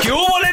¿Qué hubo, le,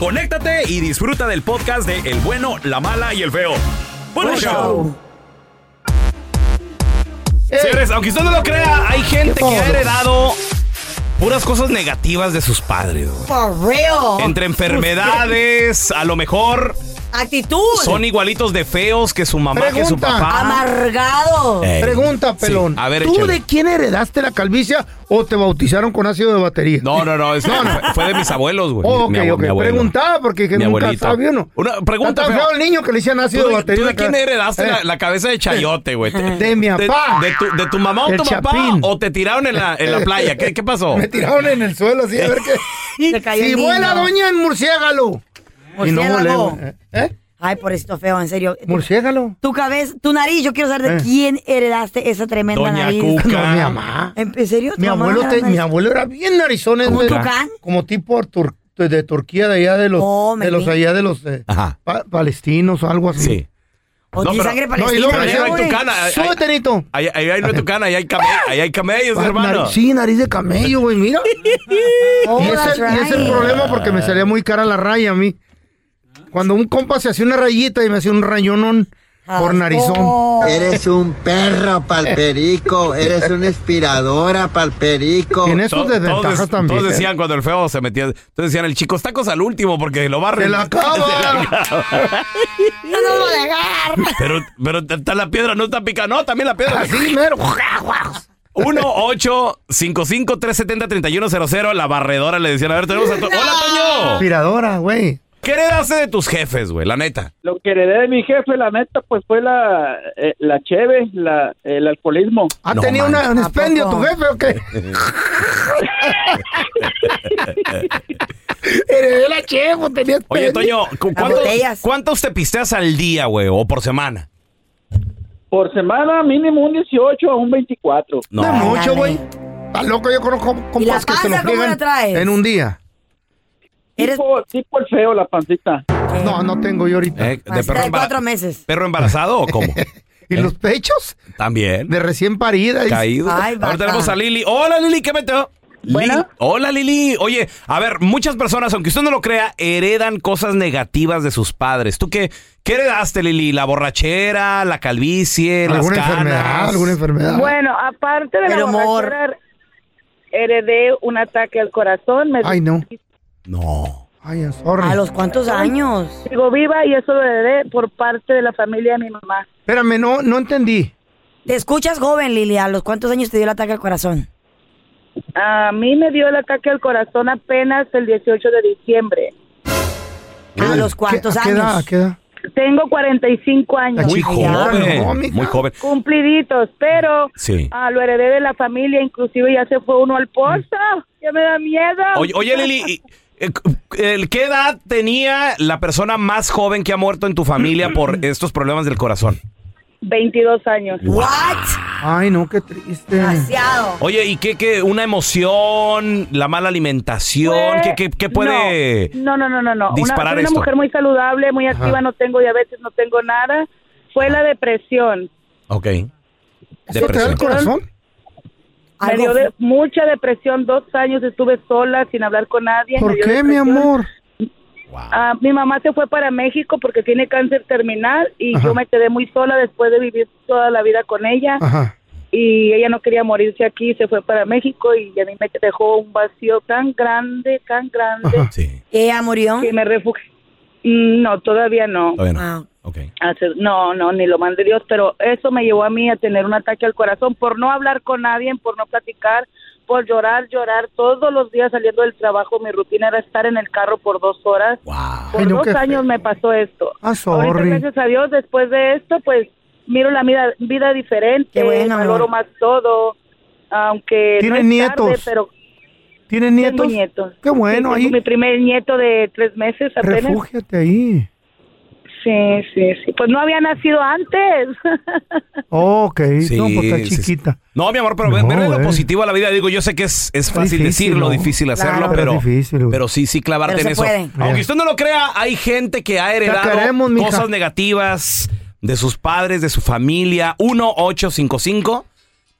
conéctate y disfruta del podcast de El bueno, la mala y el feo. Buen Buen show. Señores, aunque usted no lo crea, hay gente que ha heredado puras cosas negativas de sus padres. güey. For Oh, real. Entre enfermedades, a lo mejor Actitud. son igualitos de feos que su mamá, que su Pregunta. papá. Amargado. Ey. Pregunta, Sí. pelón. A ver, ¿Tú échale. de quién heredaste la calvicie o te bautizaron con ácido de batería? No, no, no, es- Fue, fue de mis abuelos, güey. Oh, ok, Mi abue- ok. mi abuelo. Preguntaba porque que Mi nunca abuelito. sabía uno. Una pregunta, Está tan feo. feo el niño que le decían ácido ¿Tú de de, batería. tú de acá. quién heredaste Eh, la, la cabeza de chayote, güey? De mi papá. De, tu, de tu mamá o Del tu papá Chapín. o te tiraron en la, en la playa. ¿Qué, qué pasó? Me tiraron en el suelo así a ver qué. Se cayó Si el vuela niño. doña en murciégalo. Y no Murciélago. volé, ¿Eh? Ay, por esto feo, en serio. Murciégalo. Tu cabeza, tu nariz, yo quiero saber de Eh. quién heredaste esa tremenda Doña nariz. Cuca. No, mi mamá. ¿En en serio? ¿Tu Mi mamá abuelo, era te- nariz? mi abuelo era bien narizón. ¿Como ese- tucán? Como tipo tur- de, de Turquía, de allá de los, Oh, me de los vi. allá de los eh, Ajá. pa- palestinos o algo así. Sí. O No, tiene pero- sangre No, y palestina. luego Pero ahí no hay güey. tucán. Ana, ay, Súbete, Nito. Ahí, ahí, ahí no hay tucán, ahí hay, came, ahí hay camellos, Ah, hermano. nariz- sí, nariz de camello, güey, mira. Oh, y, es that's el, y es el right. problema porque me salía muy cara la raya a mí. Cuando un compa se hacía una rayita y me hacía un rayonón por Ay, narizón. oh. Eres un perro palperico, eres una aspiradora palperico. Tiene sus To- desventajas todos, también. ¿eh? todos decían cuando el feo se metía. Entonces decían el chico, tacos al último porque lo barren. ¡Te la acaba! No nos va a dejar. Pero, pero está la piedra, no está pica. No, también la piedra. Así Ah, mero. 1-855-370-3100. La barredora le decían, a ver, tenemos a to- ¡Hola, Toño! Aspiradora, güey. ¿Qué heredaste de tus jefes, güey? La neta. Lo que heredé de mi jefe, la neta, pues fue la, eh, la cheve, la, el alcoholismo. ¿Ha No tenido Ah, una- un manches. expendio ¿A tu poco? jefe o qué? Heredé la chevo, tenía Oye, expendio. Toño, ¿cu- ¿cuántos, botellas. cuántos te pisteas al día, güey? O por semana. Por semana mínimo un 18 a un 24. No, es mucho, güey. Está loco, yo conozco ¿Y la compas que se panza lo cómo la friegan traes? en un día. Eres- Tipo, tipo el feo, la pancita. No, no tengo yo ahorita. Eh, Más ¿De perro, de embara- cuatro meses. perro embarazado o cómo? ¿Y los pechos? También. De recién parida. dice. Caído. Ay, Ahora vaca. tenemos a Lili. Hola, Lili, ¿qué metió? Buena. Lili. Hola, Lili. Oye, a ver, muchas personas, aunque usted no lo crea, heredan cosas negativas de sus padres. ¿Tú qué, qué heredaste, Lili? ¿La borrachera, la calvicie, las ¿Alguna canas? enfermedad? ¿Alguna enfermedad? Bueno, aparte de El la humor. borrachera, heredé un ataque al corazón. Me Ay, no. No. Ay, sorry. ¿A los cuántos años? digo viva y eso lo heredé por parte de la familia de mi mamá. Espérame, no, no entendí. Te escuchas joven, Lili. ¿A los cuántos años te dio el ataque al corazón? A mí me dio el ataque al corazón apenas el 18 de diciembre. ¿A los cuántos años? Tengo 45 años. Muy joven, muy joven. Cumpliditos, pero Sí. ah, lo heredé de la familia, inclusive ya se fue uno al posto. Ya me da miedo. Oye, oye, Lili, y- eh, c- eh, ¿qué edad tenía la persona más joven que ha muerto en tu familia por estos problemas del corazón? 22 años. What? Ay, no, qué triste. Demasiado. Oye, ¿y qué, qué? ¿Una emoción? ¿La mala alimentación? ¿Qué, qué- qué puede...? No, no, no, no, no. Una- disparar soy una esto? mujer muy saludable, muy Ajá. activa, no tengo diabetes, no tengo nada. Fue la depresión. Ok. ¿Eso te da el corazón? Me dio de- mucha depresión, dos años estuve sola, sin hablar con nadie. me ¿Por dio qué, mi depresión. amor? Ah, mi mamá se fue para México porque tiene cáncer terminal y Ajá. yo me quedé muy sola después de vivir toda la vida con ella Ajá. y ella no quería morirse aquí, se fue para México y a mí me dejó un vacío tan grande, tan grande. ¿Ella murió? Que me refugié. Mm, No, todavía no. Todavía Ah, no. Hace- No, no, ni lo mande Dios, pero eso me llevó a mí a tener un ataque al corazón por no hablar con nadie, por no platicar, por llorar, llorar. Todos los días saliendo del trabajo, mi rutina era estar en el carro por dos horas. Por Ay, no, dos qué años me pasó esto. Ah, Ahorita, sorry. gracias a Dios, después de esto, pues miro la vida, vida diferente, Qué bueno, valoro amor. más todo, aunque no ¿Tienes es nietos? tarde, pero ¿Tienes tengo nietos? nietos. Qué bueno, Sí, ahí. tengo Mi primer nieto de tres meses apenas. Refúgiate ahí. Sí, sí, sí. Pues no había nacido antes. ok, no, pues está Sí, sí, sí. chiquita. No, mi amor, pero ve- No, verle lo eh. positivo a la vida. Digo, yo sé que es, es Está fácil difícil, decirlo, ¿no? difícil hacerlo, Claro. Pero pero, es difícil, güey. pero sí, sí clavarte Pero se en eso. puede. Aunque Mira. usted no lo crea, hay gente que ha heredado queremos, mija. cosas negativas de sus padres, de su familia. 1855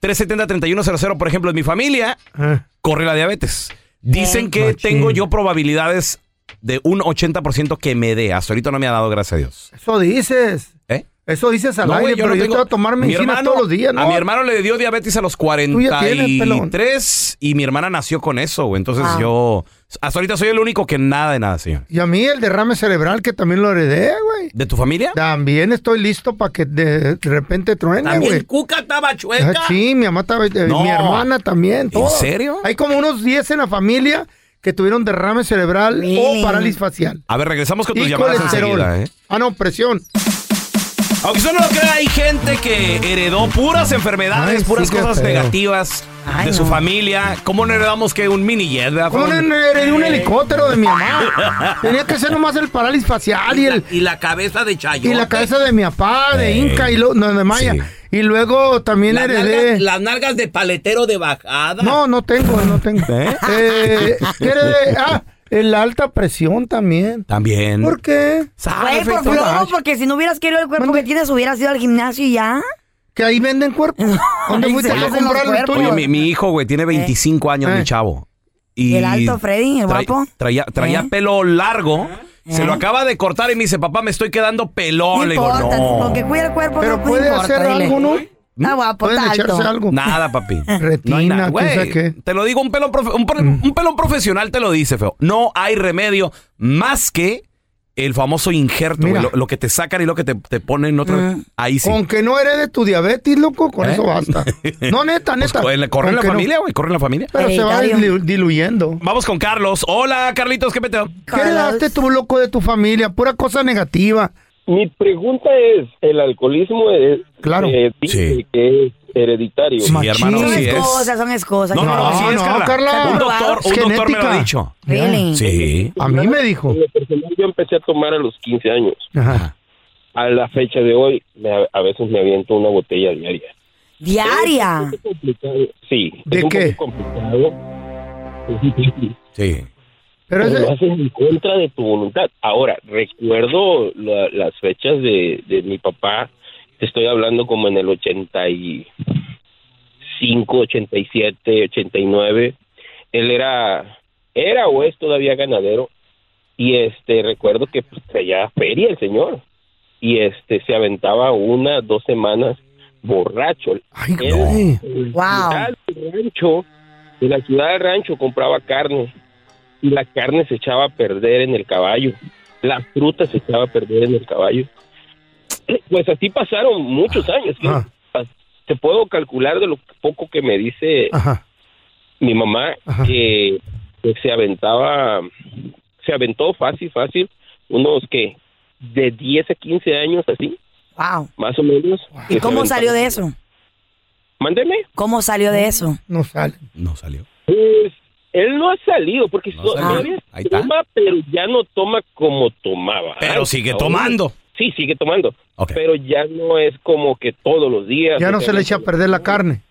370 3100, por ejemplo, en mi familia Eh. corre la diabetes. Dicen que tengo yo probabilidades de un 80% que me dé. Hasta ahorita no me ha dado, gracias a Dios. Eso dices. ¿Eh? Eso dices al No, aire, güey, pero no yo tengo- te voy a tomar Mi medicina hermano- todos los días, ¿no? A mi hermano le dio diabetes a los ya tienes, pelón. 43 y mi hermana nació con eso, güey. Entonces Ah. yo. Hasta ahorita soy el único que nada de nada, señor. Y a mí el derrame cerebral que también lo heredé, güey. ¿De tu familia? También estoy listo para que de repente truene, También güey. Cuca estaba Ah, Sí, mi mamá estaba, eh, No. mi hermana también. todos. serio? Hay como unos 10 en la familia que tuvieron derrame cerebral o parálisis facial. A ver, regresamos con tus Y llamadas colesterol. enseguida, ¿eh? Ah, no, presión. Aunque usted no lo crea, hay gente que heredó puras enfermedades, Ay, puras sí, qué cosas feo. negativas de su familia. ¿Cómo no heredamos que un mini jet? verdad? Eh. ¿Cómo no heredé un helicóptero de mi mamá? Tenía que ser nomás el parálisis facial y el, y la cabeza de Chayo. Y la cabeza de mi papá, de Eh. Inca y lo, no, de Maya. Sí. Y luego también heredé. de paletero de bajada. No, no tengo, no tengo. Eh, ¿qué heredé? Ah, el alta presión también. También. ¿Por qué? Güey, por flojo, porque si no hubieras querido el cuerpo que tienes, hubieras ido al gimnasio y ya. Que ahí venden cuerpos. ¿Dónde fuiste tú a comprar el tuyo? Oye, mi, mi hijo, güey, tiene 25 años, mi chavo. Y Eh. El alto Freddy, el trai- guapo. Traía, traía ¿Eh? pelo largo. Se lo acaba de cortar y me dice, papá, me estoy quedando pelón. No Le digo, importa, con que no. cuida el cuerpo Pero no puede importa, hacer dile. algo, ¿no? ¿Mm? Está guapo, Pueden está alto. Eh. echarse algo. Nada, papi. No hay Retina, nada. quién sabe Güey, qué. Mm. te lo digo, un pelón, profe- un, pro- un pelón profesional te lo dice, feo. No hay remedio más que el famoso injerto, güey, lo, lo que te sacan y lo que te, te ponen otra Mm. vez. Ahí sí. Con que no heredes tu diabetes, loco, con ¿Eh? eso basta. No, neta, neta. Corre, corre Pues, en la Con que no. familia, güey, corre en la familia. Pero se va dilu- diluyendo. Vamos con Carlos. Hola, Carlitos, ¿qué peteo? ¿Qué heredaste tú, loco, de tu familia? Pura cosa negativa. Mi pregunta es, ¿el alcoholismo es, eh, claro. que es hereditario? Sí, hermano, son sí es. excusas, son excusas. No, no, no, sí es, Carla. Un doctor, un doctor me lo ha dicho. Really? Sí. A mí me dijo. Yo empecé a tomar a los 15 años. Ajá. A la fecha de hoy, me- a veces me aviento una botella diaria. Diaria. Sí. ¿De es un qué? poco complicado. Es difícil. Sí. Pero lo haces en contra de tu voluntad. Ahora, recuerdo la- las fechas de, de mi papá. Te estoy hablando como en el 85, 87, 89. Él era, era o es todavía ganadero. Y este, recuerdo que pues, traía feria el señor. Y este, se aventaba una, dos semanas borracho. Él- Wow. del rancho, de la ciudad del rancho compraba carne y la carne se echaba a perder en el caballo, la fruta se echaba a perder en el caballo. Pues así pasaron muchos años. ¿no? Te puedo calcular de lo poco que me dice mi mamá que, que se aventaba, se aventó fácil, fácil, unos que de 10 a 15 años así. Wow. Más o menos. ¿Y cómo salió de eso? Mándeme. ¿Cómo salió de eso? No sale. No salió. Pues él no ha salido porque so- salió. Ah, todavía Ahí está. toma, pero ya no toma como tomaba. Pero sigue tomando. Sí, sigue tomando. Pero ya no es como que todos los días. Ya o no sea, se le echa a perder la carne.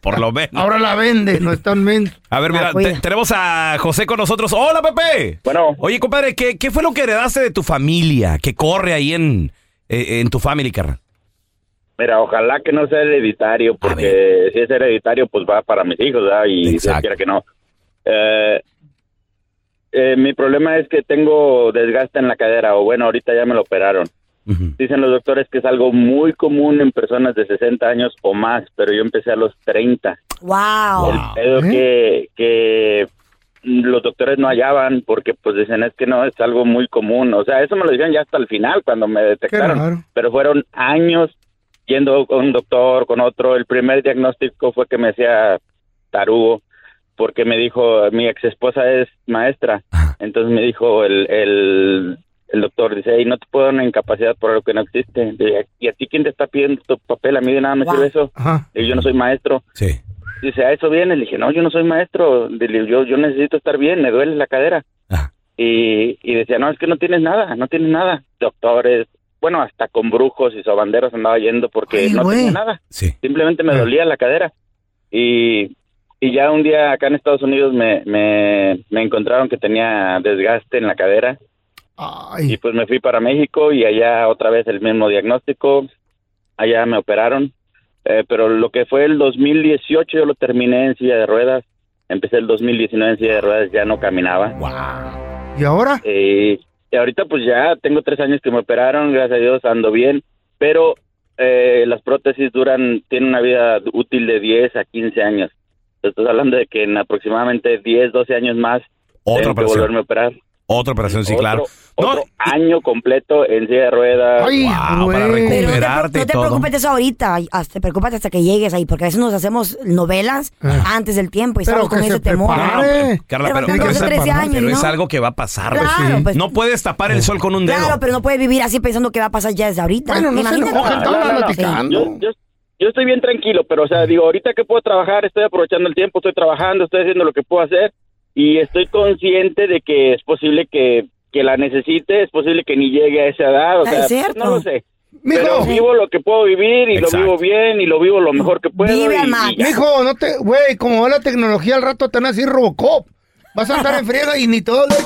Por lo menos. Ahora la vende, no está en mente. A ver, mira, te- tenemos a José con nosotros. ¡Hola, Pepe! Bueno. Oye, compadre, ¿qué, qué fue lo que heredaste de tu familia que corre ahí en, eh, en tu family, carnal? Mira, ojalá que no sea hereditario, porque si es hereditario, pues va para mis hijos, ¿verdad? Y Dios quiera que no. Eh, eh, mi problema es que tengo desgaste en la cadera, o bueno, ahorita ya me lo operaron. Dicen los doctores que es algo muy común en personas de 60 años o más, pero yo empecé a los 30. Wow. Pero que, que los doctores no hallaban porque pues dicen es que no es algo muy común. O sea, eso me lo dijeron ya hasta el final cuando me raro. detectaron. Pero fueron años yendo con un doctor, con otro. El primer diagnóstico fue que me decía tarugo porque me dijo, mi ex esposa es maestra. Entonces me dijo el, el, el doctor, dice, y no te puedo dar una incapacidad por algo que no existe. Le dije, ¿y a ti quién te está pidiendo tu papel? A mí de nada me sirve eso. Le digo, yo no soy maestro. Dice, a eso viene. Le dije, no, yo no soy maestro. Le digo, yo, yo necesito estar bien, me duele la cadera. Y, y decía, no, es que no tienes nada, no tienes nada. Doctores, bueno, hasta con brujos y sobanderos andaba yendo porque no tenía nada. Simplemente me dolía la cadera. Y, y ya un día acá en Estados Unidos me, me, me encontraron que tenía desgaste en la cadera. Y pues me fui para México y allá otra vez el mismo diagnóstico. Allá me operaron. Eh, pero lo que fue el 2018 yo lo terminé en silla de ruedas. Empecé el 2019 en silla de ruedas, ya no caminaba. ¿Y ahora? Eh, y ahorita pues ya tengo tres años que me operaron, gracias a Dios ando bien, pero eh, las prótesis duran, tienen una vida útil de 10 a 15 años. Estás hablando de que en aproximadamente 10, 12 años más Otra tengo que operación. volverme a operar. Otra operación, sí, Otro- claro. otro año completo en silla de ruedas. Wow, para güey. recuperarte No te preocupes de eso ahorita, hasta, preocúpate hasta que llegues ahí, porque a veces nos hacemos novelas antes del tiempo y estamos con ese temor. No, Carla, pero, tengo pero es- 13 años, pero ¿no? es algo que va a pasar. Claro, güey. pues- no puedes tapar el sol con un dedo. Claro, pero no puedes vivir así pensando que va a pasar ya desde ahorita. Bueno, no se Imagínate. enojen, estamos No, no, no. platicando. Yo estoy bien tranquilo, pero o sea, digo, ahorita que puedo trabajar, estoy aprovechando el tiempo, estoy trabajando, estoy haciendo lo que puedo hacer y estoy consciente de que es posible que, que la necesite, es posible que ni llegue a esa edad, o Ah, sea, es cierto. no lo sé. Pero vivo lo que puedo vivir y Exacto. lo vivo bien y lo vivo lo mejor que puedo. y- y ya. Mijo, no te. Güey, como va la tecnología al rato te van a decir Robocop. Vas a andar en friega y ni todo. lo-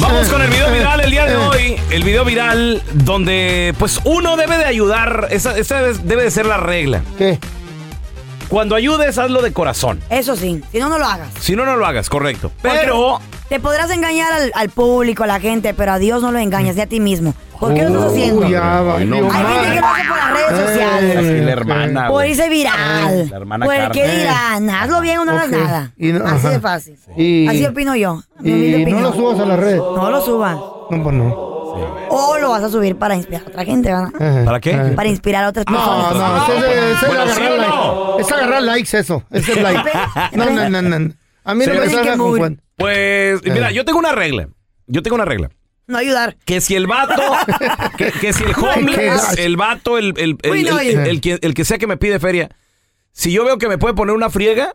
Vamos con el video viral el día de hoy. El video viral donde pues uno debe de ayudar. Esa, esa es- debe de ser la regla. ¿Qué? Cuando ayudes, hazlo de corazón. Eso sí, si no, no lo hagas. Si no, no lo hagas, correcto. Pero Te podrás engañar al, al público, a la gente, pero a Dios no lo engañas, ni a ti mismo. ¿Por qué lo estás haciendo? Uy, ya Hay valió gente que lo hace por las redes sociales. Aquí Eh. la hermana. Por güey. irse viral. La hermana Por qué Carmen. dirán. Hazlo bien o no hagas nada. Y no- Así de ajá. fácil. Y- Así opino yo. Mi humilde Y no opinión. lo subas a las redes. No lo subas. No, pues no. O lo vas a subir para inspirar a otra gente, ¿verdad? ¿Para qué? Para inspirar a otras Ah, No, personas. no, eso es, es Bueno, agarrar ¿sí o likes. Es agarrar likes eso. Es el like. No, no, no, no. A mí no Sí. me salga con cuenta. Pues, Eh. mira, yo tengo una regla. Yo tengo una regla. No ayudar. Que si el vato, que, que si el homeless, el vato, el, el, el- Uy, no, el- y- el- el que, el que sea que me pide feria, si yo veo que me puede poner una friega,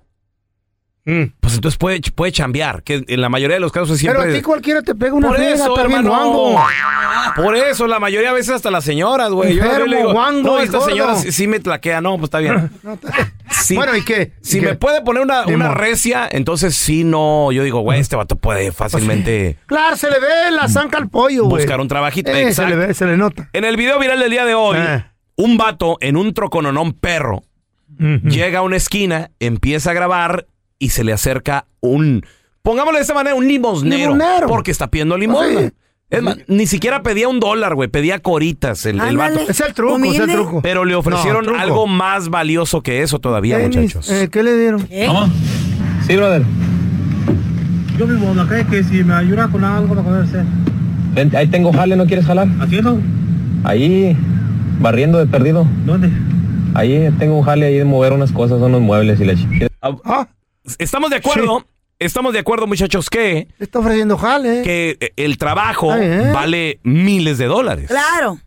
pues entonces puede, puede chambear. Que en la mayoría de los casos Mm. Pero siempre. a ti cualquiera te pega una Por friega, eso, está bien hermano. guango. Por eso, la mayoría de veces hasta las señoras, güey. Yo, yo Enfermo, le digo, guango, no, el esta gordo". señora sí, sí me tlaquea. No, pues está bien. Bueno, ¿y qué? Si ¿Y qué? me puede poner una, Ni una modo. recia, entonces sí, no. Yo digo, güey, este vato puede Pues fácilmente Claro, se le ve la zanca al pollo, güey. buscar un trabajito. Eh, se Exacto. le ve, se le nota. Ah. En el video viral del día de hoy, un vato en un trocononón perro llega a una esquina, empieza a grabar y se le acerca un, pongámoslo de esa manera, un limosnero. Limonero. Ah, Porque está pidiendo limosna. Es más, ni siquiera pedía un dólar, güey, pedía coritas el, el vato. Ándale. Es el truco, es el Humilde. truco. Pero le ofrecieron No, truco. algo más valioso que eso todavía, Tenis, muchachos. eh, ¿Qué le dieron? Sí, brother. Yo vivo en la calle que si me ayuda con algo, no conoce. Vente, ahí tengo jale, ¿no quieres jalar? ¿Haciendo? Ahí, barriendo de perdido. ¿Dónde? Ahí tengo un jale ahí de mover unas cosas, unos muebles y la ch- ¿Ah? Estamos de acuerdo, estamos de acuerdo, muchachos, que, Está ofreciendo jale. que eh, el trabajo Está bien. vale miles de dólares. Claro.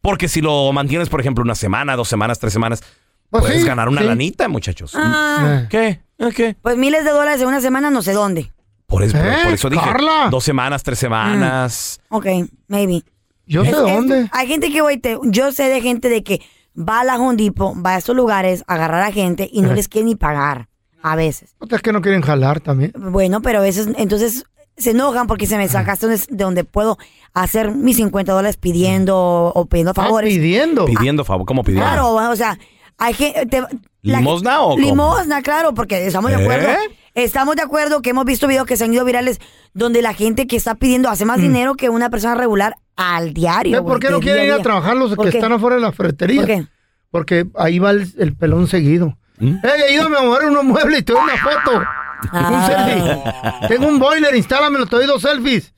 Porque si lo mantienes, por ejemplo, una semana, dos semanas, tres semanas, Pues puedes sí, ganar una sí. lanita, muchachos. Eh. Ah. ¿Qué? ¿Qué? Pues miles de dólares en una semana, no sé dónde. Por eso, por- ¿Eh, por eso dije, Carla? dos semanas, tres Mm. semanas. Ok, maybe. Yo sé dónde. hay gente que, güey, te- yo sé de gente de que va a la Hondipo, va a estos lugares a agarrar a gente y no Ajá. les quiere ni pagar. A veces. Otras que no quieren jalar también. Bueno, pero a veces, entonces se enojan porque se me sacaste donde- de donde puedo hacer mis 50 dólares pidiendo o Ah, pidiendo favores. pidiendo. Pidiendo favor, ¿cómo pidiendo? Claro, o sea, hay gente. te- la- ¿Limosna o cómo? Limosna, claro, porque estamos de ¿Eh? acuerdo. Estamos de acuerdo que hemos visto videos que se han ido virales donde la gente que está pidiendo hace Mm. más dinero que una persona regular al diario. ¿Sabes ¿Por güey, qué de no día quieren ir a día? trabajar los ¿Por que qué? están afuera de las ferreterías? ¿Por qué? Porque ahí va el, el pelón seguido. ¿Mm? Eh, ayúdame a mover unos muebles y te doy una foto. Ah. Un selfie. Tengo un boiler, instálamelo, te doy dos selfies.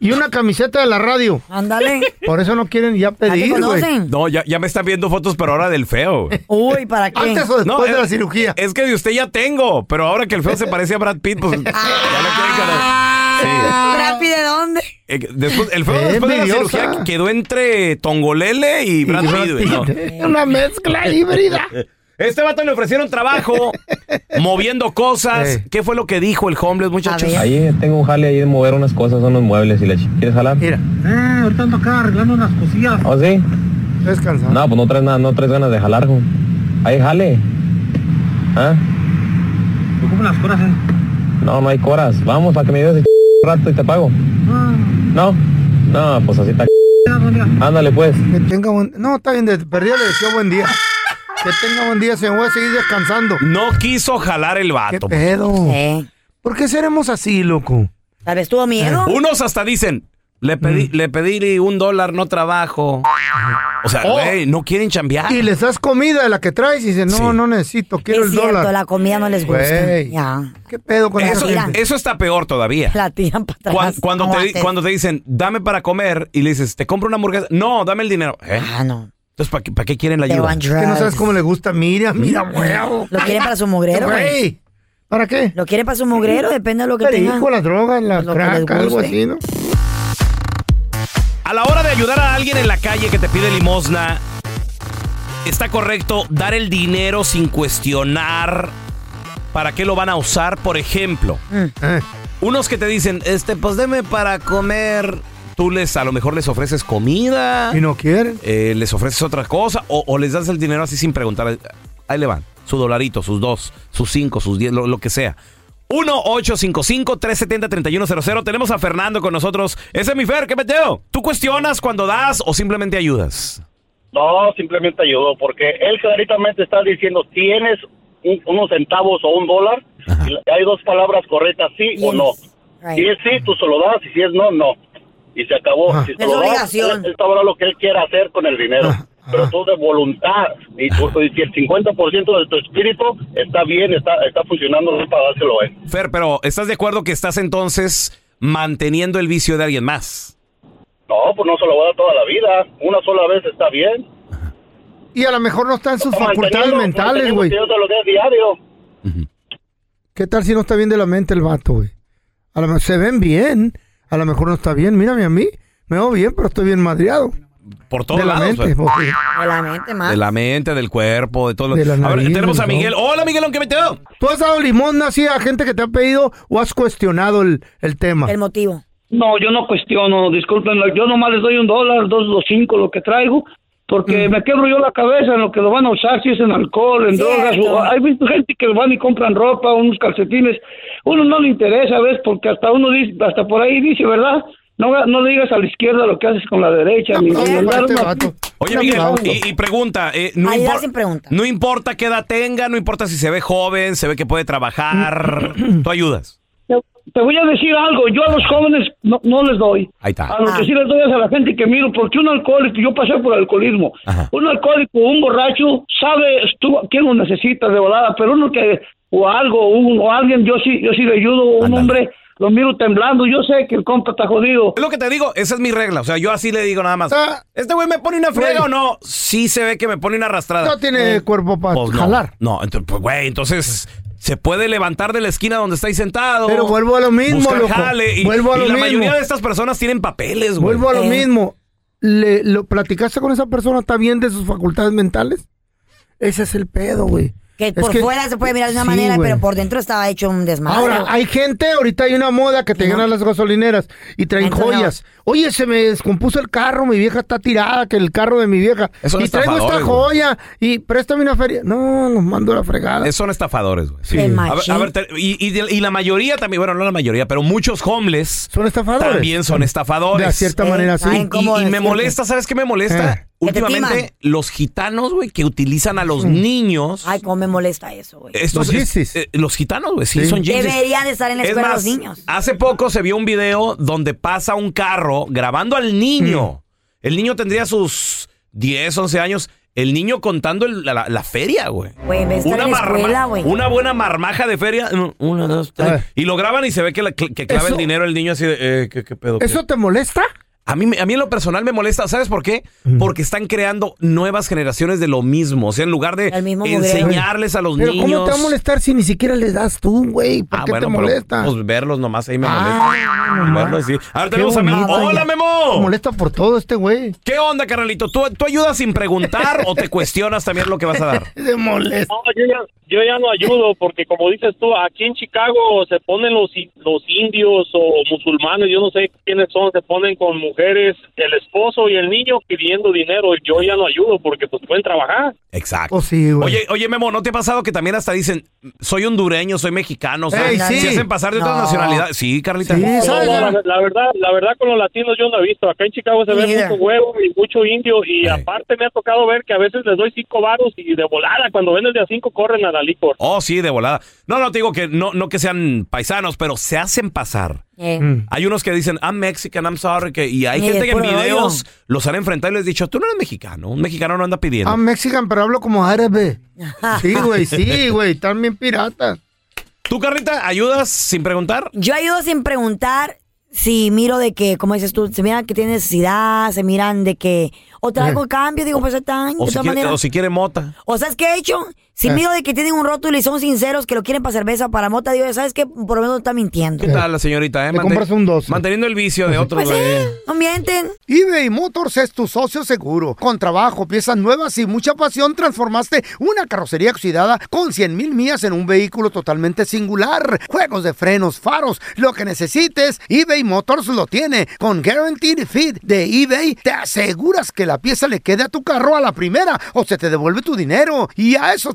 Y una camiseta de la radio. Ándale. Por eso no quieren ya pedir, güey. No, ya, ya me están viendo fotos, pero ahora del feo. güey. Uy, ¿para qué? Antes o después No, eh, de la es- cirugía. Es que de usted ya tengo, pero ahora que el feo se parece a Brad Pitt, pues ya Ah, lo quieren ganar. Sí. ¿Brad Pitt Ah, de dónde? Eh, Después, el feo Qué después de la envidiosa. cirugía quedó entre Tongolele y Brad Pitt. güey, ¿no? Una mezcla híbrida. Este vato le ofrecieron trabajo moviendo cosas. ¿Qué fue lo que dijo el homeless, muchachos? Ahí tengo un jale ahí de mover unas cosas, unos muebles y la ch- ¿Quieres jalar? Mira. Eh, ahorita ando acá arreglando unas cosillas. ¿Oh, sí? Descansado. No, pues no traes nada, no traes ganas de jalar, jo. Ahí jale. ¿Ah? Yo como las coras, eh. No, no hay coras. Vamos para que me ayudes ese ch- rato y te pago. No. No, pues así está. Ándale, pues. Que tenga buen... No, está bien, de perdida le deseo buen día. Que tenga buen día, se voy a seguir descansando. No quiso jalar el vato. Pedo. ¿Por qué seremos así, loco? Eh, ¿Sabes? ¿Tuvo miedo? Unos hasta dicen, le pedí, Mm. le pedí un dólar, no trabajo. O sea, Oh. güey, no quieren chambear. Y les das comida de la que traes y dices, no, no necesito, quiero es el cierto, dólar. la comida no les gusta. Güey. Ya. ¿Qué pedo con Eso, eso? eso está peor todavía. La tiran para atrás. Cuan- Cuando, No, te, di- antes. cuando te dicen, dame para comer, y le dices, te compro una hamburguesa. No, dame el dinero. ¿Eh? Ah, no. Entonces, ¿para qué, para qué quieren la They ayuda? want Que no sabes drugs. cómo le gusta, mira, mira, huevo. Lo quieren para su mugrero, güey. Güey, ¿Para qué? Lo quieren para su mugrero, depende de lo que Perico, tenga. la droga, la Lo que les crack, algo guste. así, ¿no? A la hora de ayudar a alguien en la calle que te pide limosna, está correcto dar el dinero sin cuestionar para qué lo van a usar, por ejemplo. Mm. Eh. Unos que te dicen, este, pues deme para comer. Tú les, a lo mejor les ofreces comida. Y no quieren. eh, les ofreces otra cosa o, o les das el dinero así sin preguntar. Ahí le van, su dolarito, sus dos, sus cinco, sus diez, lo, lo que sea. 1-855-370-3100. Tenemos a Fernando con nosotros. Ese es mi Fer, ¿qué meteo? ¿Tú cuestionas cuando das o simplemente ayudas? No, simplemente ayudó, porque él claramente está diciendo, tienes un- unos centavos o un dólar, y hay dos palabras correctas, sí o no. Si es sí, tú se lo das, y si es no, no. y se acabó. Si se Es lo das, obligación. él, él sabrá lo que él quiera hacer con el dinero. Pero tú de voluntad, y, tú, y si el 50% de tu espíritu está bien, está, está funcionando, no para dárselo a él. Fer, pero ¿estás de acuerdo que estás entonces manteniendo el vicio de alguien más? No, pues no se lo va a dar toda la vida. Una sola vez está bien. Y a lo mejor no están sus facultades Manteniendo- mentales, manteniendo güey. que yo te lo dé diario. ¿Qué tal si no está bien de la mente el vato, güey? A lo mejor se ven bien, a lo mejor no está bien. Mírame a mí, me veo bien, pero estoy bien madreado. Por todos de la lados. mente, Fer. porque- De la mente, más. De la mente, del cuerpo, de todo lo... De la a ver, nariz, tenemos a del Miguel. Hola, Miguel, ¿qué metido? ¿Tú has dado limón así a gente que te ha pedido o has cuestionado el, el tema? El motivo. No, yo no cuestiono, disculpen, yo nomás les doy un dólar, dos o cinco, lo que traigo, porque me quebro yo la cabeza en lo que lo van a usar, si es en alcohol, en drogas, o- hay visto gente que van y compran ropa, unos calcetines, uno no le interesa, ¿ves? Porque hasta uno dice, hasta por ahí dice, ¿verdad? No, no le digas a la izquierda lo que haces con la derecha, ni, ni andar una- Oye, Miguel, y, y pregunta, eh, no, Ayudar impor- sin pregunta. no importa qué edad tenga, no importa si se ve joven, se ve que puede trabajar, tú ayudas. Te- Te voy a decir algo, yo a los jóvenes no, no les doy. Ahí está. A lo que sí les doy es a la gente que miro, porque un alcohólico, yo pasé por alcoholismo, un alcohólico, un borracho, sabe tú quién lo necesita de volada, pero uno que, o algo, un- o alguien, yo sí, yo sí le ayudo, un hombre, lo miro temblando, yo sé que el compa está jodido. Es lo que te digo, esa es mi regla, o sea, yo así le digo nada más. Ah. ¿Este güey me pone una friega o no? Sí se ve que me pone una arrastrada. No tiene Eh, cuerpo para Pues no. jalar. No, entonces, pues, güey, entonces se puede levantar de la esquina donde estáis sentado. Pero vuelvo a lo mismo, buscar loco. jale, y, Vuelvo a y lo la mismo. mayoría de estas personas tienen papeles, güey. Eh. Vuelvo a lo mismo. Le, ¿Lo platicaste con esa persona? ¿Está bien de sus facultades mentales? Ese es el pedo, güey. Que Es por que- fuera se puede mirar de una Sí, manera, güey. pero por dentro estaba hecho un desmadre. Ahora, hay gente, ahorita hay una moda que te llegan a las gasolineras y traen Entonces, joyas. Oye, se me descompuso el carro, mi vieja está tirada, que el carro de mi vieja. Eso no y es traigo esta estafadores, güey. joya y préstame una feria. No, los mando a la fregada. Eh, Son estafadores, güey. Sí. A Qué ver, machín. a ver, te- y, y de- y la mayoría también, bueno, no la mayoría, pero muchos homeless. Son estafadores. También son estafadores. De cierta Sí, manera, sí. Y, saben y- cómo y me decirte. molesta, ¿sabes qué me molesta? Eh. Que te Últimamente, los gitanos, güey, que utilizan a Mm. los niños. Ay, cómo me molesta eso, güey. Estos, Los es- eh, los gitanos, güey, sí, son yeezys. Deberían de estar en la Es escuela más, los niños. Hace poco se vio un video donde pasa un carro grabando al niño. Mm. El niño tendría sus 10, 11 años. El niño contando el- la, la- la feria, güey. Güey, en vez de estar en la marma- escuela, güey. una buena marmaja de feria. Una, dos, Ah. tres. Y lo graban y se ve que, la- que clava el dinero el niño así de, eh, ¿qué, qué pedo? qué? ¿Eso te molesta? A mí, me- a mí en lo personal me molesta, ¿sabes por qué? Porque están creando nuevas generaciones de lo mismo. O sea, en lugar de Eh, enseñarles a los Pero niños. ¿cómo te va a molestar si ni siquiera les das tú, güey? ¿Por Ah, qué bueno, te pero, molesta? pues verlos nomás ahí me Ah, molesta. verlos así. Ahora Qué tenemos a Memo. bonito. ¡Hola, Se Memo! molesta por todo este güey. ¿Qué onda, carnalito? ¿Tú, ¿Tú ayudas sin preguntar o te cuestionas también lo que vas a dar? Se molesta. No, yo, ya, yo ya no ayudo porque como dices tú, aquí en Chicago se ponen los, i- los indios o musulmanes, yo no sé quiénes son, se ponen con mujeres, el esposo y el niño pidiendo dinero. Yo ya no ayudo porque pues pueden trabajar. Exacto. Oh, güey. oye, oye, Memo, ¿no te ha pasado que también hasta dicen, soy hondureño, soy mexicano? o sea, Ey, sí. Se hacen pasar de otras No. nacionalidades. Sí, Carlita. No, la, la verdad, la verdad con los latinos yo no he visto. Acá en Chicago se ve Ni idea. mucho huevo y mucho indio y aparte me ha tocado ver que a veces les doy cinco varos y de volada cuando venden de a cinco corren a la licor. Oh, sí, de volada. No, no te digo que no, no que sean paisanos, pero se hacen pasar. Mm. Hay unos que dicen, I'm Mexican, I'm sorry. Que, y hay Y gente de que en puro videos los han enfrentado y les he dicho, tú no eres mexicano. Un mexicano no anda pidiendo. Ah, mexican, pero hablo como árabe. Sí, güey, sí, güey. Están bien piratas. ¿Tú, Carlita, ayudas sin preguntar? Yo ayudo sin preguntar si miro de que, como dices tú, se miran que tiene necesidad, se miran de que, o traigo cambio, digo, pues están, O de si, todas quiere, maneras. o si quiere mota. O sabes qué he hecho? Si Eh. miro de que tienen un rótulo y son sinceros que lo quieren para cerveza o para mota, digo, ¿sabes qué? Por lo menos no está mintiendo. ¿Qué tal la señorita? Eh? Manten- Manteniendo el vicio Pues de otros. güey. No mienten. eBay Motors es tu socio seguro. Con trabajo, piezas nuevas y mucha pasión, transformaste una carrocería oxidada con 100 mil millas en un vehículo totalmente singular. Juegos de frenos, faros, lo que necesites, eBay Motors lo tiene. Con Guaranteed Fit de eBay, te aseguras que la pieza le quede a tu carro a la primera o se te devuelve tu dinero. Y a esos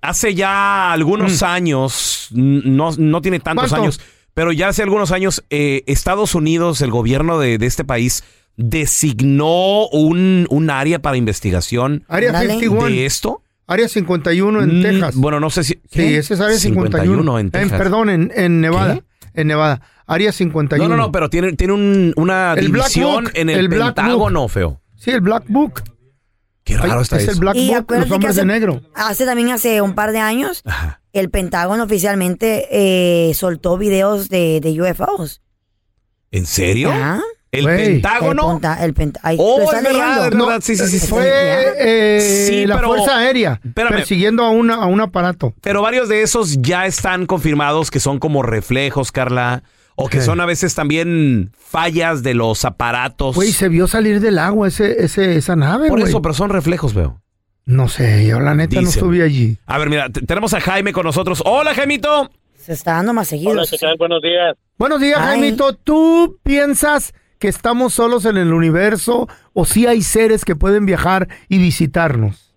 hace ya algunos años, n- no, no tiene tantos Mm. ¿Cuánto? años, pero ya hace algunos años eh, Estados Unidos, el gobierno de, de este país, designó un, un área para investigación Área Ándale. 51. de esto? Área 51 en Mm, Texas. Bueno, no sé si... Sí, ¿qué? ese es Área 51. en Texas. perdón, en, en Nevada. En Nevada. Área 51. No, no, no, pero tiene, tiene un- una El Black división Book, en el, el Black Pentágono, feo. Sí, el Black Book. Qué raro está es el eso. Black Y Book, los acuérdate que hombres hace, de negro. hace también hace un par de años, el Pentágono oficialmente eh, soltó videos de, de UFOs. ¿En serio? Ajá. ¿El Güey. El, Pentágono? Penta- el Penta- ay, Oh, ¿lo es estás verdad, leyendo? es verdad, sí, sí, sí, sí. Fue eh, Sí, la pero- Fuerza Aérea espérame. persiguiendo a, una, a un aparato. Pero varios de esos ya están confirmados que son como reflejos, Carla, o que son a veces también fallas de los aparatos. Güey, se vio salir del agua ese, ese, esa nave, Pues, Por güey. eso, pero son reflejos, veo. No sé, yo la neta no Dicen. estuve allí. A ver, mira, te- tenemos a Jaime con nosotros. Hola, Jaimito. Se está dando Ah, más seguido. Hola, eso ¿qué sí. Buenos días. Buenos días, Ay. Jaimito. ¿Tú piensas que estamos solos en el universo o si hay seres que pueden viajar y visitarnos?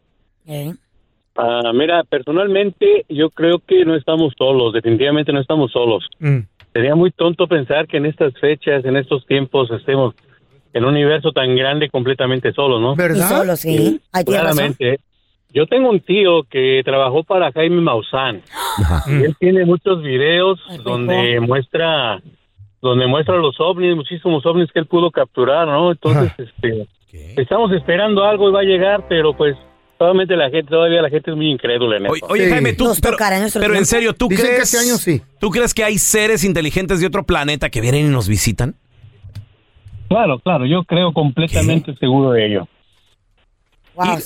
Ah, mira, personalmente yo creo que no estamos solos, definitivamente no estamos solos. Sería muy tonto pensar que en estas fechas, en estos tiempos, estemos en un universo tan grande completamente solos, ¿no? Y solo, sí. Ahí tienes razón. Claramente. Yo tengo un tío que trabajó para Jaime Maussan. Y él tiene muchos videos donde muestra donde muestra los ovnis, muchísimos ovnis que él pudo capturar, ¿no? Entonces, este, estamos esperando algo y va a llegar, pero pues solamente la gente, todavía la gente es muy incrédula en eso. Oye, Jaime, tú. pero pero en serio, ¿tú Dicen que crees. este año sí. ¿Tú crees que hay seres inteligentes de otro planeta que vienen y nos visitan? Claro, claro, yo creo completamente seguro de ello.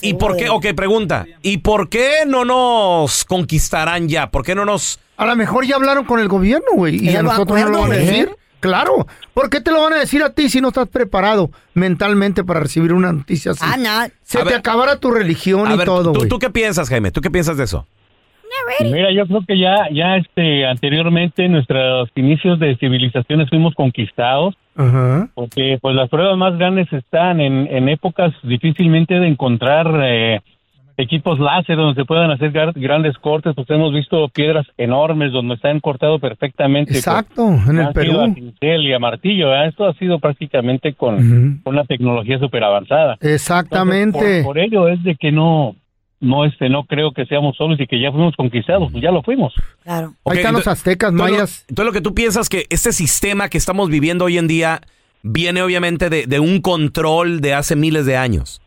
¿Y, y por qué? Ok, pregunta. ¿Y por qué no nos conquistarán ya? ¿Por qué no nos A lo mejor ya hablaron con el gobierno, güey, y ¿El a nosotros no lo van a acuerdo? decir. Claro, ¿por qué te lo van a decir a ti si no estás preparado mentalmente para recibir una noticia así? I'm not. Se A te ver- acabara tu religión A y ver, todo, ¿tú, güey. ¿tú qué piensas, Jaime? ¿Tú qué piensas de eso? Mira, yo creo que ya, ya este, anteriormente en nuestros inicios de civilizaciones fuimos conquistados, Ajá. porque pues las pruebas más grandes están en, en épocas difícilmente de encontrar eh, equipos láser donde se puedan hacer gar- grandes cortes, pues hemos visto piedras enormes donde están cortado perfectamente. con- Exacto, en el pues, ha sido a Perú. pincel y a martillo, ¿verdad? Esto ha sido prácticamente con con una tecnología súper avanzada. Eh. Exactamente. Entonces, por, por ello es de que no, no, este, no creo que seamos solos y que ya fuimos conquistados, pues ya lo fuimos. Claro. Ahí están los aztecas, mayas. Entonces lo que tú piensas que este sistema que estamos viviendo hoy en día viene obviamente de, de un control de hace miles de años.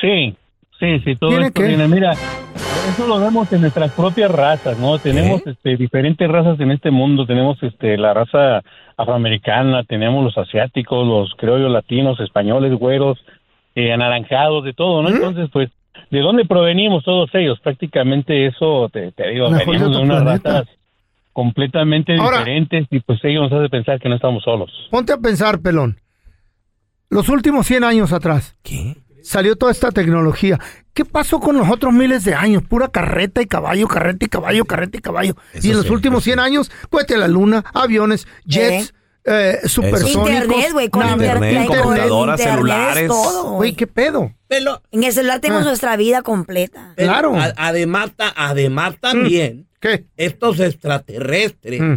Sí, sí, sí, todo ¿Tiene esto qué? viene, mira, eso lo vemos en nuestras propias razas, ¿no? Tenemos este, diferentes razas en este mundo, tenemos este, la raza afroamericana, tenemos los asiáticos, los criollos latinos, españoles, güeros, eh, anaranjados, de todo, ¿Mm? ¿no? Entonces, pues, ¿de dónde provenimos todos ellos? Prácticamente eso, te, te digo, Mejor de venimos de otro unas planeta. razas completamente Ahora- diferentes y pues ellos nos hace pensar que no estamos solos. Ponte a pensar, pelón. Los últimos 100 años atrás. Salió toda esta tecnología. ¿Qué pasó con los otros miles de años? Pura carreta y caballo, carreta y caballo, carreta y caballo. y en los sí, últimos 100 años, cohete a la luna, aviones, jets, eh, supersónicos. Internet, güey, con naves. internet, Internet, con computadoras, internet, celulares. todo, Güey, ¿qué pedo? En el celular tenemos Ah. nuestra vida completa. además, ta- además Mm. también, estos extraterrestres Mm.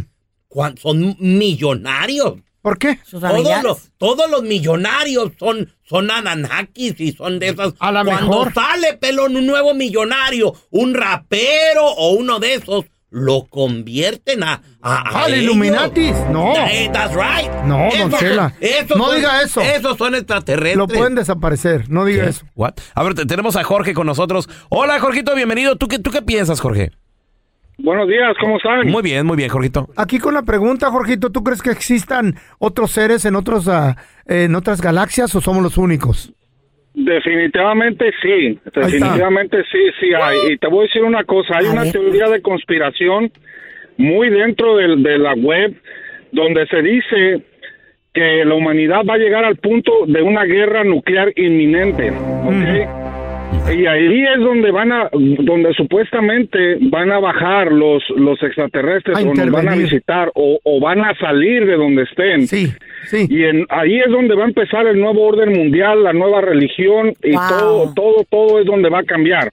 cuan- son millonarios. ¿Por qué? Todos familiares. los, todos los millonarios son, son ananakis y son de esas. A la Cuando mejor. sale, pelón, un nuevo millonario, un rapero o uno de esos, lo convierten a. a, a ¡Al ellos. Illuminatis! No. Eh, that's right. No, don Chela. esos No son- diga eso. Esos son extraterrestres. Lo pueden desaparecer, no diga eso. What? A ver, te- tenemos a Jorge con nosotros. Hola, Jorgito, bienvenido. ¿Tú qué, tú qué piensas, Jorge? Buenos días, ¿cómo están? Muy bien, muy bien, Jorgito. Aquí con la pregunta, Jorgito, ¿tú crees que existan otros seres en otros ah, en otras galaxias o somos los únicos? Definitivamente sí, definitivamente sí, sí hay. Y te voy a decir una cosa, hay una teoría de conspiración muy dentro del- de, la web donde se dice que la humanidad va a llegar al punto de una guerra nuclear inminente, ¿ok? Y ahí es donde van a, donde supuestamente van a bajar los los extraterrestres A o nos van a intervenir. visitar o, o van a salir de donde estén. Sí, sí. Y en, ahí es donde va a empezar el nuevo orden mundial, la nueva religión y Wow. todo, todo, todo es donde va a cambiar.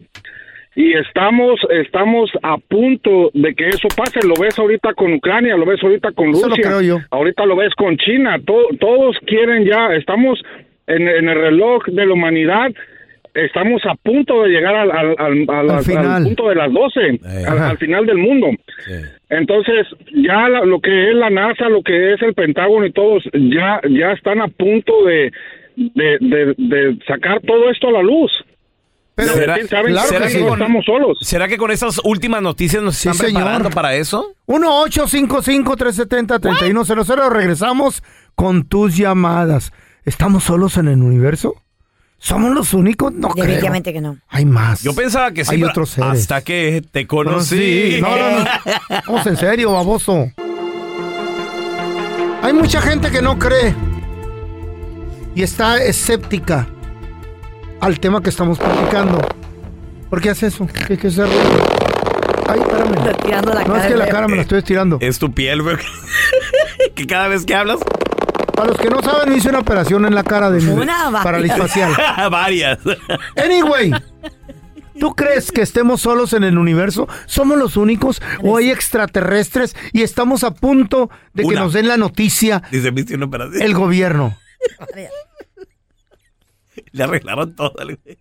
Y estamos, estamos a punto de que eso pase. Lo ves ahorita con Ucrania, lo ves ahorita con Eso Rusia, lo creo yo. ahorita lo ves con China. To- todos quieren ya, estamos en, en el reloj de la humanidad. Estamos a punto de llegar al, al- al- a las- al final. punto de las 12, al, Ajá. al final del mundo. Entonces, ya la- lo que es la NASA, lo que es el Pentágono y todos, ya, ya están a punto de, de, de- de sacar todo esto a la luz. Pero, ¿Será, ¿saben será qué? que No con, estamos solos. ¿Será que con esas últimas noticias nos están señor. preparando para eso? 1-855-370-3100. Regresamos con tus llamadas. ¿Estamos solos en el universo? ¿Somos los únicos? No creo. Definitivamente que no. Hay más. Yo pensaba que sí, Hay pero otros seres. hasta que te No, conocí. sí. No, no, no. Vamos en serio, baboso. Hay mucha gente que no cree y está escéptica al tema que estamos platicando. ¿Por qué hace eso? ¿Qué, qué es ese ruido? Ay, espérame. no, es que la cara me la estoy estirando. Eh, Es tu piel, güey. que cada vez que hablas. Para los que no saben, me hice una operación en la cara de mi Una varias. parálisis facial. Varias. Anyway, ¿tú crees que estemos solos en el universo? ¿Somos los únicos o hay extraterrestres y estamos a punto de que Una. nos den la noticia Dice, viste una operación. el gobierno? Le arreglaron todo. al güey.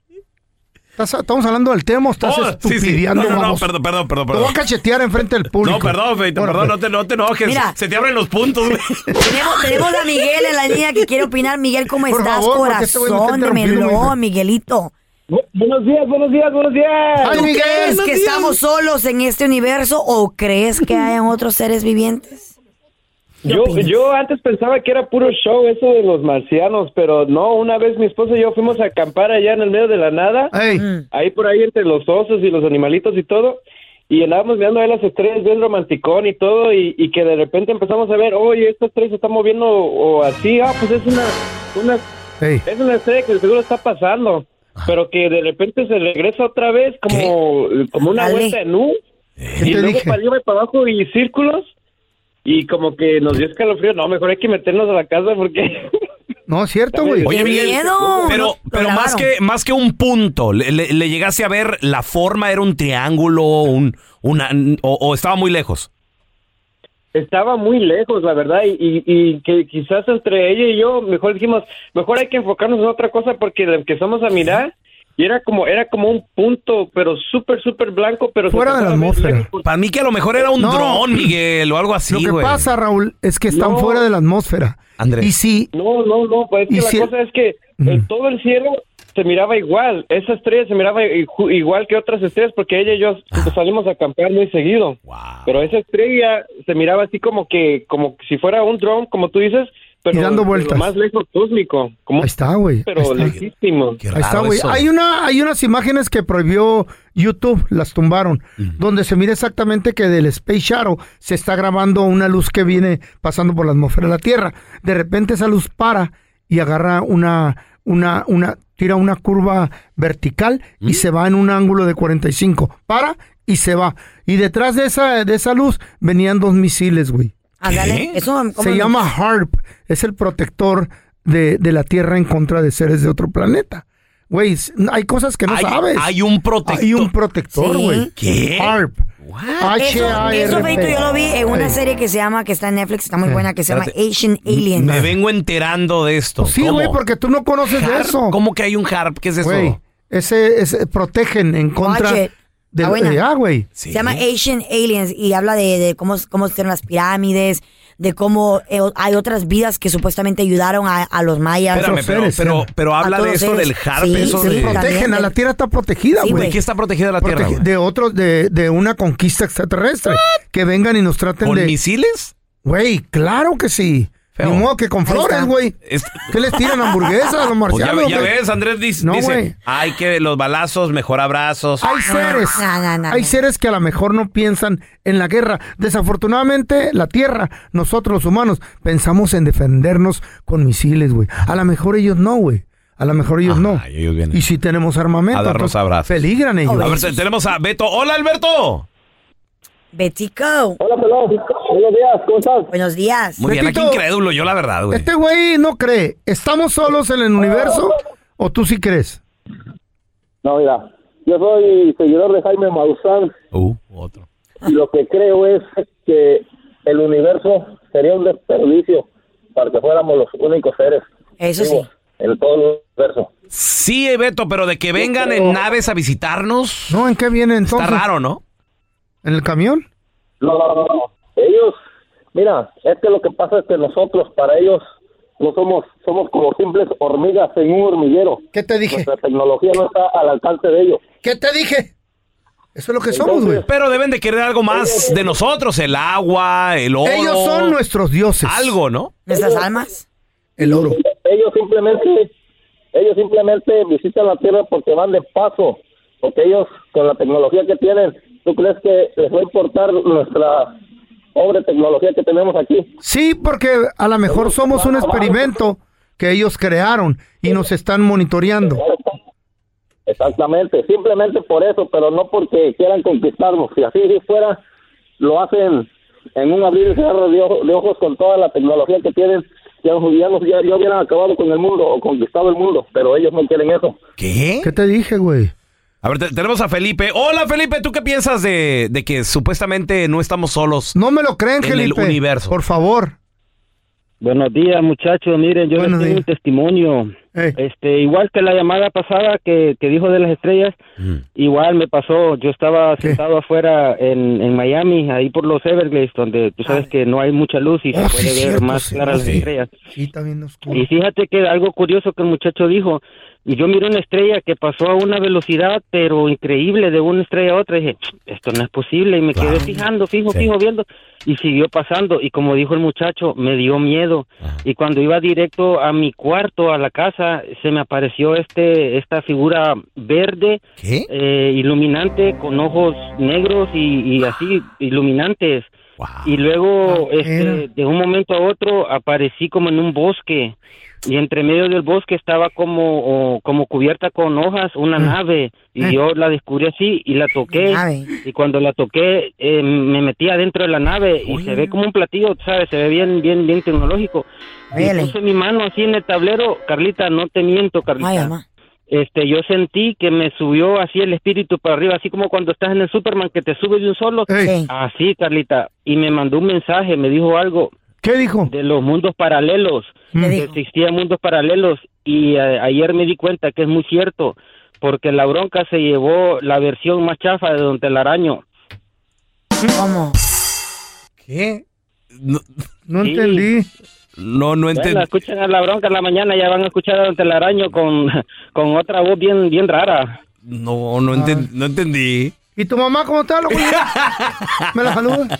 ¿Estás- ¿Estamos hablando del tema o estás Oh, sí, sí. No, estupidiando? no, no, vamos? perdón, perdón, perdón. Te voy a perdón. cachetear enfrente del público. No, perdón, Feito, Bueno, pues, perdón, no te, no te enojes. Mira. se te abren los puntos, güey. Tenemos, tenemos a Miguel en la línea que quiere opinar. Miguel, ¿cómo Por estás, favor, porque este güey me está corazón de interrumpiendo, melón, güey. Miguelito? Buenos días, buenos días, buenos días. Ay, ¿Tú Miguel, crees buenos que días. estamos solos en este universo o crees que hayan otros seres vivientes? Yo, yo antes pensaba que era puro show eso de los marcianos, pero no, una vez mi esposa y yo fuimos a acampar allá en el medio de la nada, ahí por ahí entre los osos y los animalitos y todo, y andábamos mirando ahí las estrellas bien romanticón y todo y, y que de repente empezamos a ver, oye, esta estrella se está moviendo o así, ah, pues es una, una, es una estrella que seguro está pasando, pero que de repente se regresa otra vez como, como una Dale. vuelta en U y luego para arriba y para abajo y círculos y como que nos dio escalofrío, no, mejor hay que meternos a la casa porque... No, es cierto, güey. Oye, Miguel, pero, pero más, lavaron. que, más que un punto, le, le- le llegaste a ver la forma, era un triángulo, un, una, o, o estaba muy lejos. Estaba muy lejos, la verdad, y, y- y que quizás entre ella y yo, mejor dijimos, mejor hay que enfocarnos en otra cosa porque la empezamos a mirar y era como era como un punto, pero súper, súper blanco, pero... Fuera de la atmósfera. Para mí que a lo mejor era un No. dron, Miguel, o algo así, Lo que güey. pasa, Raúl, es que están No. fuera de la atmósfera. Andrés. Y si No, no, no, pues es Y que la si- cosa es que el- todo el cielo se miraba igual, esa estrella se miraba i- ju- igual que otras estrellas porque ella y Ah. yo pues, salimos a acampar muy seguido, pero esa estrella se miraba así como que como si fuera un dron, como tú dices, pero dando pero vueltas. más lejos cósmico, como Ahí está, güey. pero Ahí está. lejísimo. Ahí está, güey. Hay, una, hay unas imágenes que prohibió YouTube, las tumbaron, donde se mira exactamente que del Space Shadow se está grabando una luz que viene pasando por la atmósfera de la Tierra. De repente esa luz para y agarra una, una, una, tira una curva vertical y se va en un ángulo de 45. Para y se va. Y detrás de esa, de esa luz venían dos misiles, güey. Ándale, eso, ¿cómo Se no? llama HARP, es el protector de, de la Tierra en contra de seres de otro planeta. Güey, s- hay cosas que no Hay- sabes. hay un protector. Hay un protector, Sí. güey. ¿Qué? HARP. Ah, Eso, eso, H-A-R-P. Feito, yo lo vi en una Ey. serie que se llama, que está en Netflix, está muy Eh, buena, que se llama espérate. Asian Alien. Me vengo enterando de esto. Sí, ¿Cómo? güey, porque tú no conoces de eso. ¿Cómo que hay un HARP? ¿Qué es eso? Güey, ese, ese protegen en contra Watch it. de Está buena. de- ah, güey. Se llama E Asian Aliens y habla de, de cómo, cómo se hicieron las pirámides, de cómo eh, hay otras vidas que supuestamente ayudaron a, a los mayas. Espérame, pero, eh. pero, pero habla de eso del HARP. eso de... protegen, a la Tierra está protegida, Sí, güey. ¿De qué está protegida la Tierra, Protege- güey? De otros, de, de una conquista extraterrestre. Que vengan y nos traten ¿Con de. misiles? Güey, claro que sí. Ni modo que con flores, güey. ¿Qué les tiran hamburguesas a los Pues ya marcianos? ve- ya, güey? ves, Andrés dice, No, dice, güey. hay que los balazos, mejor abrazos. Hay seres, hay seres que a lo mejor no piensan en la guerra. Desafortunadamente, la Tierra, nosotros los humanos, pensamos en defendernos con misiles, güey. A lo mejor ellos no, güey. A lo mejor ellos no. ellos vienen y si tenemos armamento, a ¿eh? darnos entonces, abrazos. peligran ellos. A ver, se- tenemos a Beto. ¡Hola, Alberto! Betico. Hola, pelón. Buenos días, ¿cómo estás? Buenos días. Muy bien, aquí Betito. incrédulo, yo la verdad, güey. Este güey no cree. ¿Estamos solos en el universo o tú sí crees? No, mira, yo soy seguidor de Jaime Maussan. Y lo que creo es que el universo sería un desperdicio para que fuéramos los únicos seres. Eso vivos En todo el universo. Sí, eh, Beto, pero de que vengan en naves a visitarnos. No, ¿en qué viene entonces? Está raro, ¿no? ¿En el camión? No, no, no, no. Ellos, mira, es que lo que pasa es que nosotros para ellos no somos, somos como simples hormigas en un hormiguero. ¿Qué te dije? Nuestra tecnología no está al alcance de ellos. ¿Qué te dije? Eso es lo que somos, güey. Pero deben de querer algo más de nosotros, el agua, el oro. Ellos son nuestros dioses. Algo, ¿no? ¿Nuestras almas? El oro. Ellos simplemente, ellos simplemente visitan la Tierra porque van de paso, porque ellos con la tecnología que tienen, ¿tú crees que les va a importar nuestra pobre tecnología que tenemos aquí? Sí, porque a lo mejor somos un experimento que ellos crearon y nos están monitoreando. Exactamente, simplemente por eso, pero no porque quieran conquistarnos. Si así fuera, lo hacen en un abrir y cerrar de, ojo- de ojos con toda la tecnología que tienen. Ya, ya, nos- ya- ya hubieran acabado con el mundo o conquistado el mundo, pero ellos no quieren eso. ¿Qué? ¿Qué te dije, güey? A ver, te- tenemos a Felipe. Hola, Felipe, ¿tú qué piensas de, de que supuestamente no estamos solos? No me lo creen, en Felipe. el universo. Por favor. Buenos días, muchachos. Miren, yo les tengo un testimonio. Este, igual que la llamada pasada que, que dijo de las estrellas, igual me pasó. Yo estaba sentado afuera en, en Miami, ahí por los Everglades, donde tú sabes que no hay mucha luz y se Oh, Ah. sí, puede ver cierto, más sí, claras las sí. estrellas. Sí, también nos Y fíjate que algo curioso que el muchacho dijo, Y yo miré una estrella que pasó a una velocidad, pero increíble, de una estrella a otra. Y dije, esto no es posible. Y me quedé fijando, fijo, fijo, viendo. Y siguió pasando. Y como dijo el muchacho, me dio miedo. Y cuando iba directo a mi cuarto, a la casa, se me apareció este esta figura verde, eh, iluminante, con ojos negros y, y así, iluminantes. Y luego, este, de un momento a otro, aparecí como en un bosque. Y entre medio del bosque estaba como, o- como cubierta con hojas una nave. Y Ah. yo la descubrí así y la toqué. Nave. Y cuando la toqué, eh, me metí adentro de la nave y se ve como un platillo, ¿sabes? Se ve bien, bien, bien tecnológico. Órale. Y puse mi mano así en el tablero. Carlita, no te miento, Carlita. Ay, mamá. Este, yo sentí que me subió así el espíritu para arriba, así como cuando estás en el Superman que te sube de un solo. Así, Carlita. Y me mandó un mensaje, me dijo algo. ¿Qué dijo? De los mundos paralelos. ¿Qué que dijo? Existían mundos paralelos. Y eh, ayer me di cuenta que es muy cierto, porque la bronca se llevó la versión más chafa de Don Telaraño. ¿Cómo? ¿Qué? No entendí. No, no Bueno, entendí. escuchen a la bronca en la mañana, ya van a escuchar a Don Telaraño con, con otra voz bien, bien rara. No, no, enten- no entendí. Ah. ¿Y tu mamá cómo está, loco? ¿Me la saluda?